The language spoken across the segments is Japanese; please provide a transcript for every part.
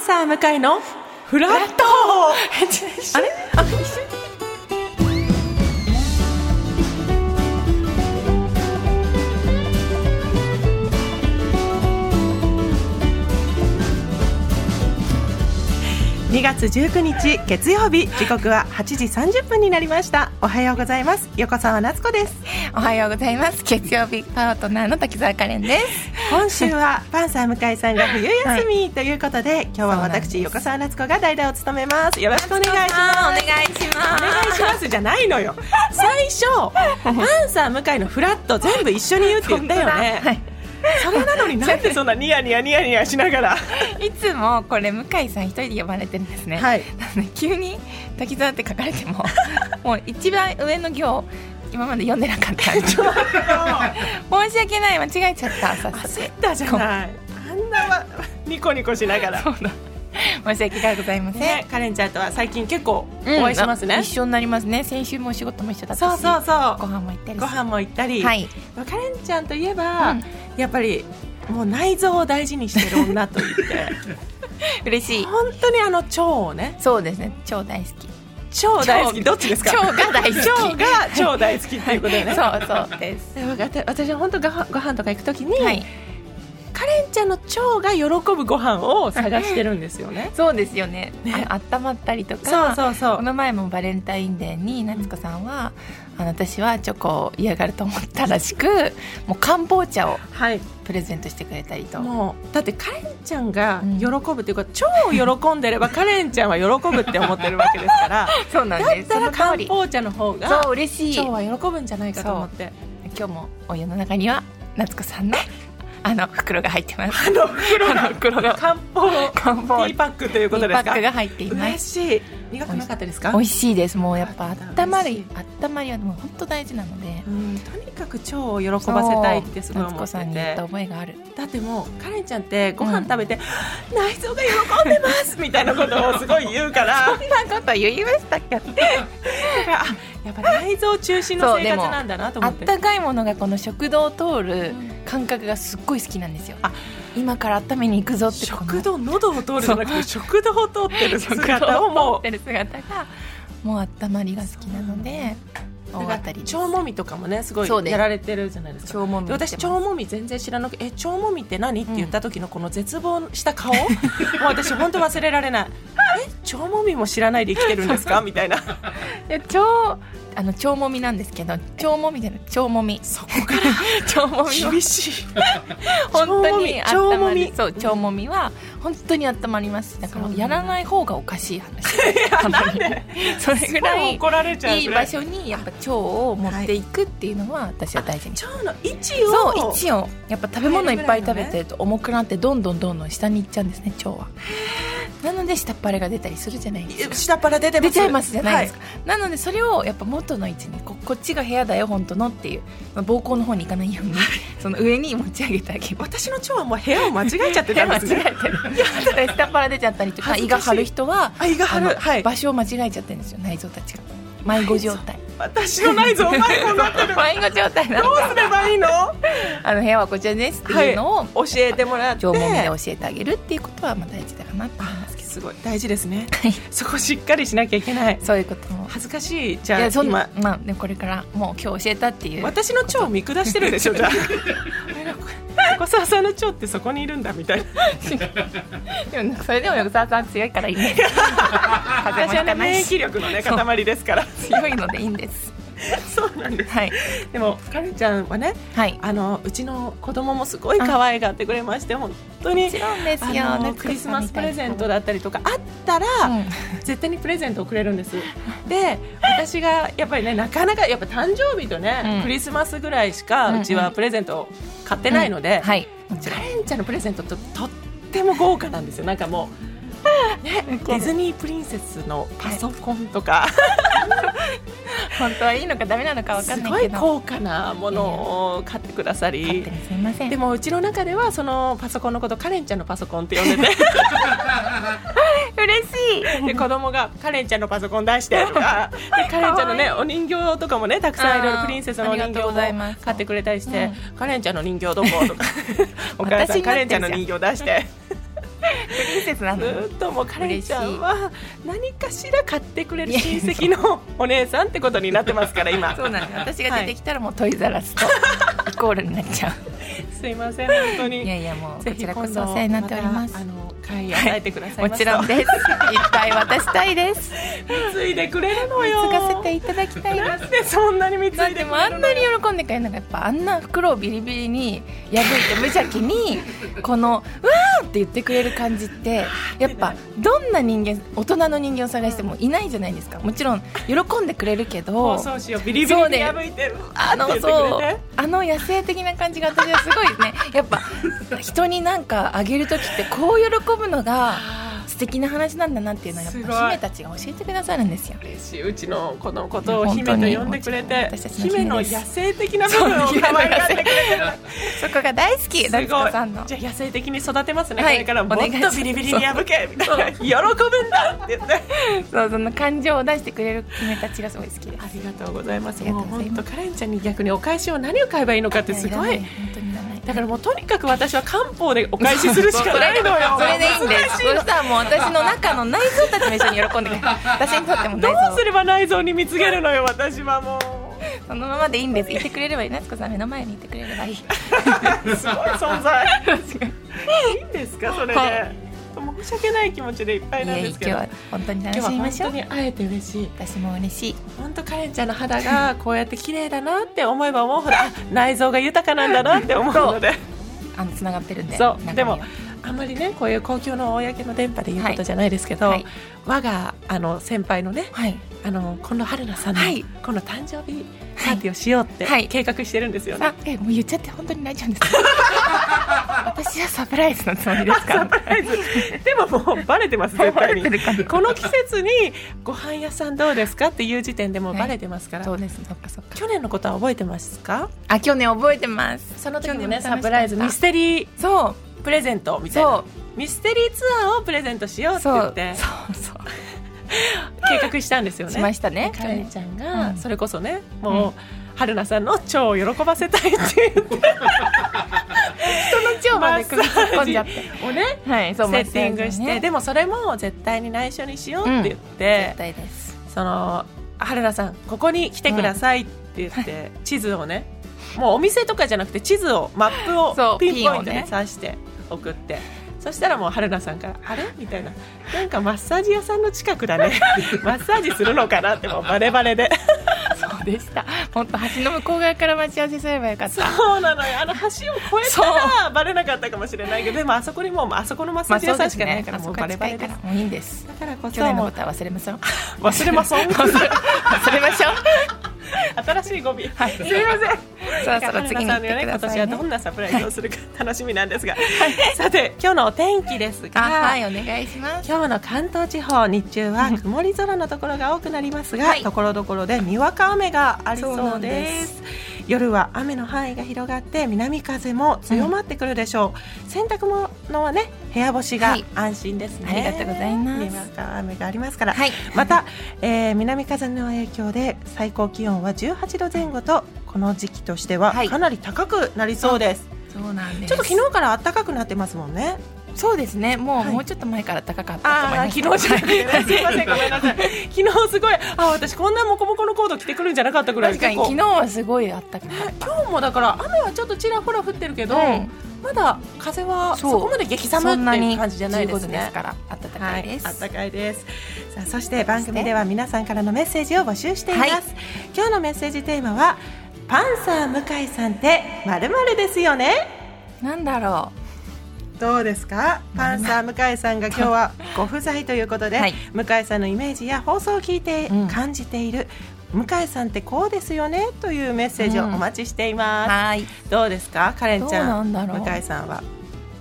サー向井のフラットあれあ一緒2月19日月曜日時刻は8時30分になりましたおはようございます横澤夏子ですおはようございます月曜日パートナーの滝沢カレンです今週はパンサー向井さんが冬休み、ということで今日はそうなんです私横澤夏子が代打を務めますよろしくお願いしますお願いしおます願いしますじゃない のよ最初パンサー向井のフラット全部一緒に言うって言ったよ ね、はいそれなのになんでそんなニヤニヤニヤニヤしながらいつもこれ向井さん一人で呼ばれてるんですね、はいなので 急に「滝沢」って書かれても もう一番上の行今まで読んでなかっ たんで申し訳ない間違えちゃったさっさと焦ったじゃないあんなはニコニコしながら、そうだ申し訳がございません、ね、カレンちゃんとは最近結構おうん会いしますね、あ一緒になりますね先週もお仕事も一緒だったしそうそうそうご飯も行ったりしご飯も行ったり、はいまあカレンちゃんといえば、うんやっぱりもう内臓を大事にしてる女と言っ 嬉してい本当にあの腸をねそうですね超大好き腸大好き腸どっちですか腸が大好き腸が超大好きっていうことだよね、そうそうですでわかった私は本当ご飯ご飯とか行くときに、はいカレンちゃんの腸が喜ぶご飯を探してるんですよねそうですよねねあの温まったりとかそうそうそこうの前もバレンタインデーに夏子さんは、あの私はチョコを嫌がると思ったら しくもう漢方茶をはいプレゼントしてくれたりともうだってカレンちゃんが喜ぶっていうか、腸を喜んで ればカレンちゃんは喜ぶって思ってるわけですから そうなだったそらの香漢り方茶の方がそう嬉しい腸今は喜ぶんじゃないかと思って日もお湯の中には夏子さんの あの袋が入ってますあの袋あの袋が漢方テ漢方ィーパックといテうこィとーですパッかクが入っていま嬉すしい苦くなかったですか美味しいですもうやっよぱかった温ま嬉しりい温まりはもう本当大事なのでうんとにかく腸を喜ばせたいってすごいそう夏子思ってさんに言ってた覚えがあるだってもうカレンちゃんってご飯食べて、内臓が喜んでますみたいなことをすごい言うからそんなこと言いましたっけあやっぱ内臓中心のそう生で活もなんだなとあ思っってたかいものがこの食堂を通るうん感覚がすっごい好きなんですよあ今から温めに行くぞってこの食堂喉を通るじゃなくて食堂を通ってる姿を食堂をも通ってる姿がもう温まりが好きなのでう大当たりです腸もみとかもねすごいそうですやられてるじゃないですか腸もみで私腸もみ全然知らなくてえ腸もみって何って言った時のこの絶望した顔、もう私本当忘れられないえ腸もみも知らないで生きてるんですかみたいなで腸あの腸もみなんですけど腸もみじゃない腸もみそこ から腸もみの厳しい本当に腸温まもみ腸もみりそう腸もみは本当に温まりますだかそらうなんだやらない方がおかしい話なんで それぐらい怒られちゃういい場所にやっぱ腸を持っていくっていうのは私は大事にし腸の位置をそう一応やっぱ食べ物いっぱい食べてると重くなってどんどんどんどん下に行っちゃうんですね腸はなので下っ腹が出たりするじゃないですか下っ腹出てます出ちゃいますじゃないですか、なのでそれをやっぱ元の位置にここっちが部屋だよ本当のっていう膀胱の方に行かないようにその上に持ち上げてあげるはい私の腸はもう部屋を間違えちゃってたんで す間違えねてる下っ腹出ちゃったりとか恥胃ずかがしい張る人はあ胃が張あるのはい場所を間違えちゃってるんですよ内臓たちが迷子状 態私の内臓迷子になって るど迷子状態なのうすればいいのあの部屋はこちらですっていうのを、教えてもらって縄文で教えてあげるっていうことはまあ大事だかなと思いますけすごい大事ですねど、そこしっかりしなきゃいけないそういうことも恥ずかしいじいゃあやそん今なまあでもこれからもう今日教えたっていう私の腸を見下してるでしょじゃあ横澤さんの腸ってそこにいるんだみたいなでもそれでも横澤さん強いからいい ね風私は邪もひかねない免し疫力のね塊ですから強いのでいいんですそうなんですはいでもカレンちゃんはねはいあのうちの子供もすごい可愛がってくれまして本当もにちろんですよ夏子あのさんみたいクリスマスプレゼントだったりとかあったら、うん絶対にプレゼントをくれるんですで私がやっぱりねなかなかやっぱ誕生日とね、うんクリスマスぐらいしうんかうんうちはプレゼントを買ってないので、はいもちろカんレンちゃんのプレゼントととっても豪華なんですよなんかも う、ね、ディズニープリンセスのパソコンとか、本当はいいのかダメなのかわかすんごないけいど高価なものを買ってくださ勝り手。にすみませんでもうちの中ではそのパソコンのことカレンちゃんのパソコンって呼んでて嬉しい で子供がカレンちゃんのパソコン出してとかでカレンちゃんのねお人形とかもねたくさんいろいろあープリンセスのおあ人 りが形とうもございます買ってく れたりして、カレンちゃんの人形どこ?」とか「お母私さんになカってレんじンちゃゃんんの人形出して」プリンセスなのずっともうカレンちゃんは何かしら買ってくれる親戚のお姉さんってことになってますから 今そうなんです私が出てきたらもうトイザらスとイコールになっちゃすいません本当うに いやいやもうこぜひちらこ今そ度お世話になっておりますたあの会与えてくださいもちろん ですいっぱい渡したいですついでくれるの継よがせていただきたいですなんでそんなに貢いだっでくてれるもうのあんなに喜んでくれるのがやっぱあんな袋をビリビリに破いて無邪気にこの「うわー!」って言ってくれる感じってやっぱどんな人間大人の人間を探してもいないじゃないですかもちろん喜んでくれるけ放ど送しようビリビリに破いてあのって言ってそくれうてあの野生的な感じが私はすごいねやっぱ人になんかあげる時ってこう喜ぶのが素敵な話なんだなっていうのをやっすごいぱ姫たちが教えてくださるんですよ。嬉しいうちの子のことを本当に姫と呼んでくれてもちろん私たちの姫姫の野です生的な部分を可愛がってくれてそこが大好き、すご夏い子さんの。じゃあ野生的に育てますね、はいこれからもお願っいしとますビリビリに破けみたいな 喜ぶんだって言ってそうその感情を出してくれる姫たちがすごい好きですありがとうございますありがもとううござい本ます当カレンちゃんに逆にお返しを何を買えばいいのかってすごやらない本当にいらないだからもうとにかく私は漢方でお返しするしかないの よそれでいいんですそしたらもう私の中の内臓たちも一緒に喜んでくれる私にとってもど内う臓すれば内臓に貢げるのよ私はもそのままでいいんですいてくれればいい夏子さん目の前にいてくれればいいうすごい存在いいんですかそれで、はい申し訳ない気持ちでいっぱいいなんえいえです今け日どは本当に楽今し日みはましょう本当に会えて嬉しい私も嬉しい本当カレンちゃんの肌 がこうやって綺麗だなって思えば思うほどあ内臓が豊かなんだなって思うの であの繋がってるんでそ中う身はでもあんまりねこういう公共の公の電波で言うことじゃないですけど、はい我があの先輩のねはいあの今度春菜さんの、はい今度誕生日パーティーをしようってはい計画してるんですよね、あえもう言っちゃって本当に泣いちゃうんです か私はサプライズのつもりですから でももうバレてます絶対にバレてる かなこの季節にご飯屋さんどうですかっていう時点でもうバレてますから、そうですそっかそっか去年のことは覚えてますかあ去年覚えてますその時も去年もね楽しかっサたプライズミステリーそうプレゼントみたいなそうミステリーツアーをプレゼントしようってそ言っうてそうそう計画したんですよね。しましたねカレンちゃんうがんそれこそね、もう、春菜さんの腸を喜ばせたいって 言って人の腸まで首突っ込んじゃってをねはいセそうッティンマッサーグして、ジねでもそれも絶対に内緒にしようって言って絶、対ですその春菜さんここに来てくださいって言って、地図をねもうお店とかじゃなくて地図をマップそをうピンポイントピンでをね刺して送って。そしたらもう春菜さんから「あれ?」みたいな「なんかマッサージ屋さんの近くだね マッサージするのかな?」ってもうバレバレでそうでしたもっと橋の向こう側から待ち合わせすればよかったそうなのよあの橋を越えたらバレなかったかもしれないけどでもあそこにもうあそこのマッサージ屋さんしかないからまあもそううバでレすねバあレそこが近いですからもういいんですだからこ去年のそことは忘れましょう忘れませ ん忘れま しょう新しい語尾はいすみまそろせんそろ次に行さっんのねてく今ださ年いはねどんなサプライズをするか楽しみなんですがさて今日のお天気ですあがはいお願いします今日の関東地方日中は曇り空のところが多くなりますがはいところどころでにわか雨がありそうそなうんでですす夜は雨の範囲が広がって南風も強まってくるでしょう、洗濯物はね部屋干しがはい安心ですね、ありがとうございますにわか雨がありますから、はいまた、えー南風の影響で最高気温は18度前後とこの時期としてははいかなり高くなりそうです、そうなんですちょっと昨日から暖かくなってますもんねそうですねもうはいもうちょっと前から高かったと思いまああす昨日じゃなくてね すいませんごめんなさい昨日すごいあ私こんなモコモコのコード着てくるんじゃなかったぐらい確かに結昨構日はすごいあったかね今日もだから雨はちょっとちらほら降ってるけど、らまだ風はそうそこまで激寒っていう感じじゃないですね。から暖はかいいで、す、あったかいです。さあ、そして番組では皆さんからのメッセージを募集しています。はい今日のメッセージテーマはパンサー向井さんってまるまるですよね。なんだろどうですか？パンサー向井さんが今日はご不在ということで、はい向井さんのイメージや放送を聞いてうん感じている、向井さんってこうですよねというメッセージをお待ちしていうます。はいどうですか、カレどンうちゃ？なんんだろう向井さんは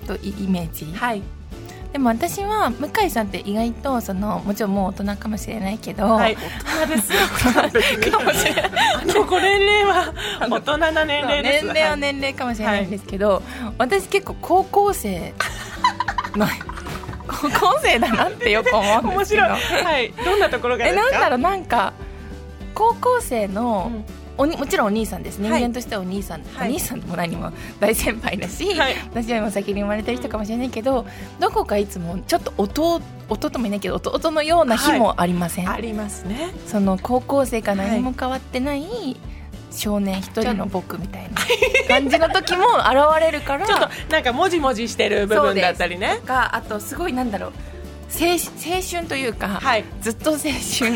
とイイメージはいでも私は向井さんって意外とそのもちろんもう大人かもしれないけど、 はい、 大人ですよ。かもしれない。あのご年齢は大人な年そう齢です。年齢は年齢かもしれないんですけど、私結構高校生 の高校生だなってよく思うん面ですけど白い。はい、どんなところがでえすか。なんだろうなんか高校生の、うんおにもちろんお兄さんです人はい間としてはお兄さん、はいお兄さんでも何も大先輩だし、はい私よりも先に生まれてる人かもしれないけどどこかいつもちょっと弟弟もいないけど弟のような日もありません、ありますねその高校生から何も変わってない、少年一人の僕みたいな 感じの時も現れるからちょっとなんかもじもじしてる部分だったりねがあとすごいなんだろう青青春というか、はいずっと青春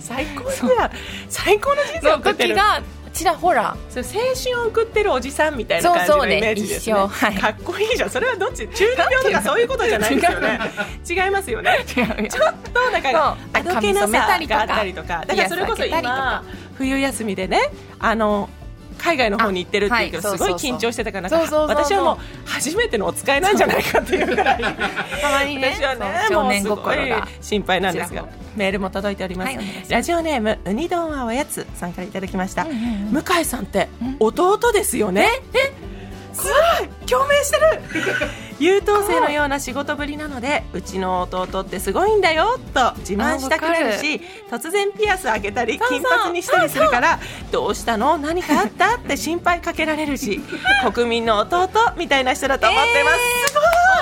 最高じゃん最高の人生をの送って時るがちらほらそう青春を送ってるおじさんみたいな感じそうそのうイねメージですね一緒はいかっこいいじゃんそれはどっち中二病とかそういうことじゃないですよね違いますよね 違うよちょっとだからそうあどけなさ髪染めたりとがかあったりとかだからそれこそピアス開けたりとか今冬休みでねあの海外の方に行ってるっていうけど、あはいすごそういそうそう緊張してたからそうそうそうそう私はもう初めてのお使いなんじゃないかっていうぐらいたまにね私はねそう少年もうすごい心が心配なんですがこちらメールも届いております,、はいお願いしますラジオネームうに丼はおやつさんからいただきました、うんうんうん向井さんってうん弟ですよね、えすごい共鳴してる 優等生のような仕事ぶりなのでうちの弟ってすごいんだよと自慢したくなるし突然ピアス開けたりそう金髪にしたりするからどうしたの何かあったって心配かけられ るし国民の弟みたいな人だと思ってます、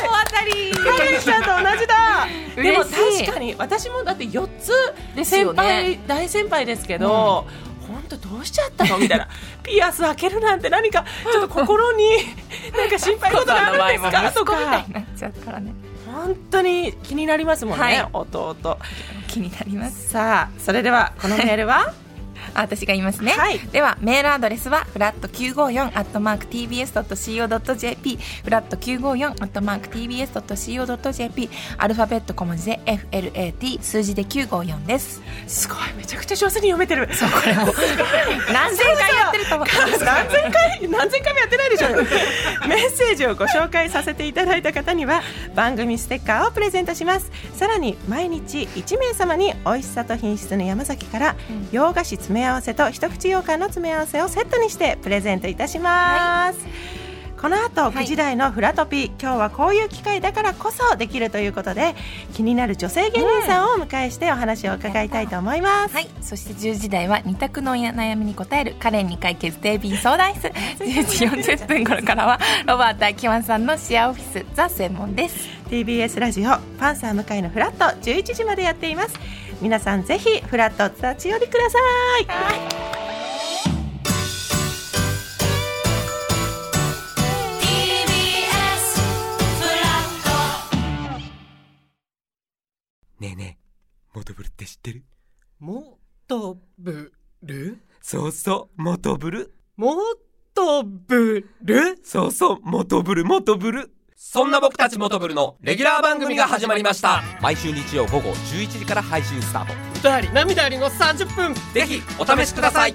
大当たりカレンちゃんと同じだでも嬉しい確かに私もだって4つです先よね輩、大先輩ですけど、本当どうしちゃったのみたい なピアス開けるなんて何かちょっと心に なんか心配事があるんですかと息子みたいかになっちゃうからね本当に気になりますもんね、はい弟気になりますさあそれではこのメールはあ私が言いますね、はいではメールアドレスはフラット954アットマーク TBS.CO.JP フラット954アットマーク TBS.CO.JP アルファベット小文字で FLAT 数字で954です すごいめちゃくちゃ上手に読めてるそうこれも何千回やってると思う何千回何千回もやってないでしょメッセージをご紹介させていただいた方には番組ステッカーをプレゼントしますさらに毎日1名様に美味しさと品質の山崎からうん洋菓子詰め合わせと一口羊羹の詰め合わせをセットにしてプレゼントいたします、この後い9時台のフラトピー、今日はこういう機会だからこそできるということで気になる女性芸人さんをお迎えしてお話を伺いたいと思います、はい、そして10時台は二択のお悩みに答えるカレンに解決定便相談室10時40分頃からはロバート秋山さんのシェアオフィスザ専門です TBS ラジオパンサー向井のフラット11時までやっています皆さんぜひフラットお立ち寄りくださいは TBS フラットねえねえ、モトブルって知ってるもとぶるそうそう、モトブル。もとぶるそうそう、モトブル、モトブル。そんな僕たちモトブルのレギュラー番組が始まりました毎週日曜午後11時から配信スタート。歌あり涙ありの30分ぜひお試しください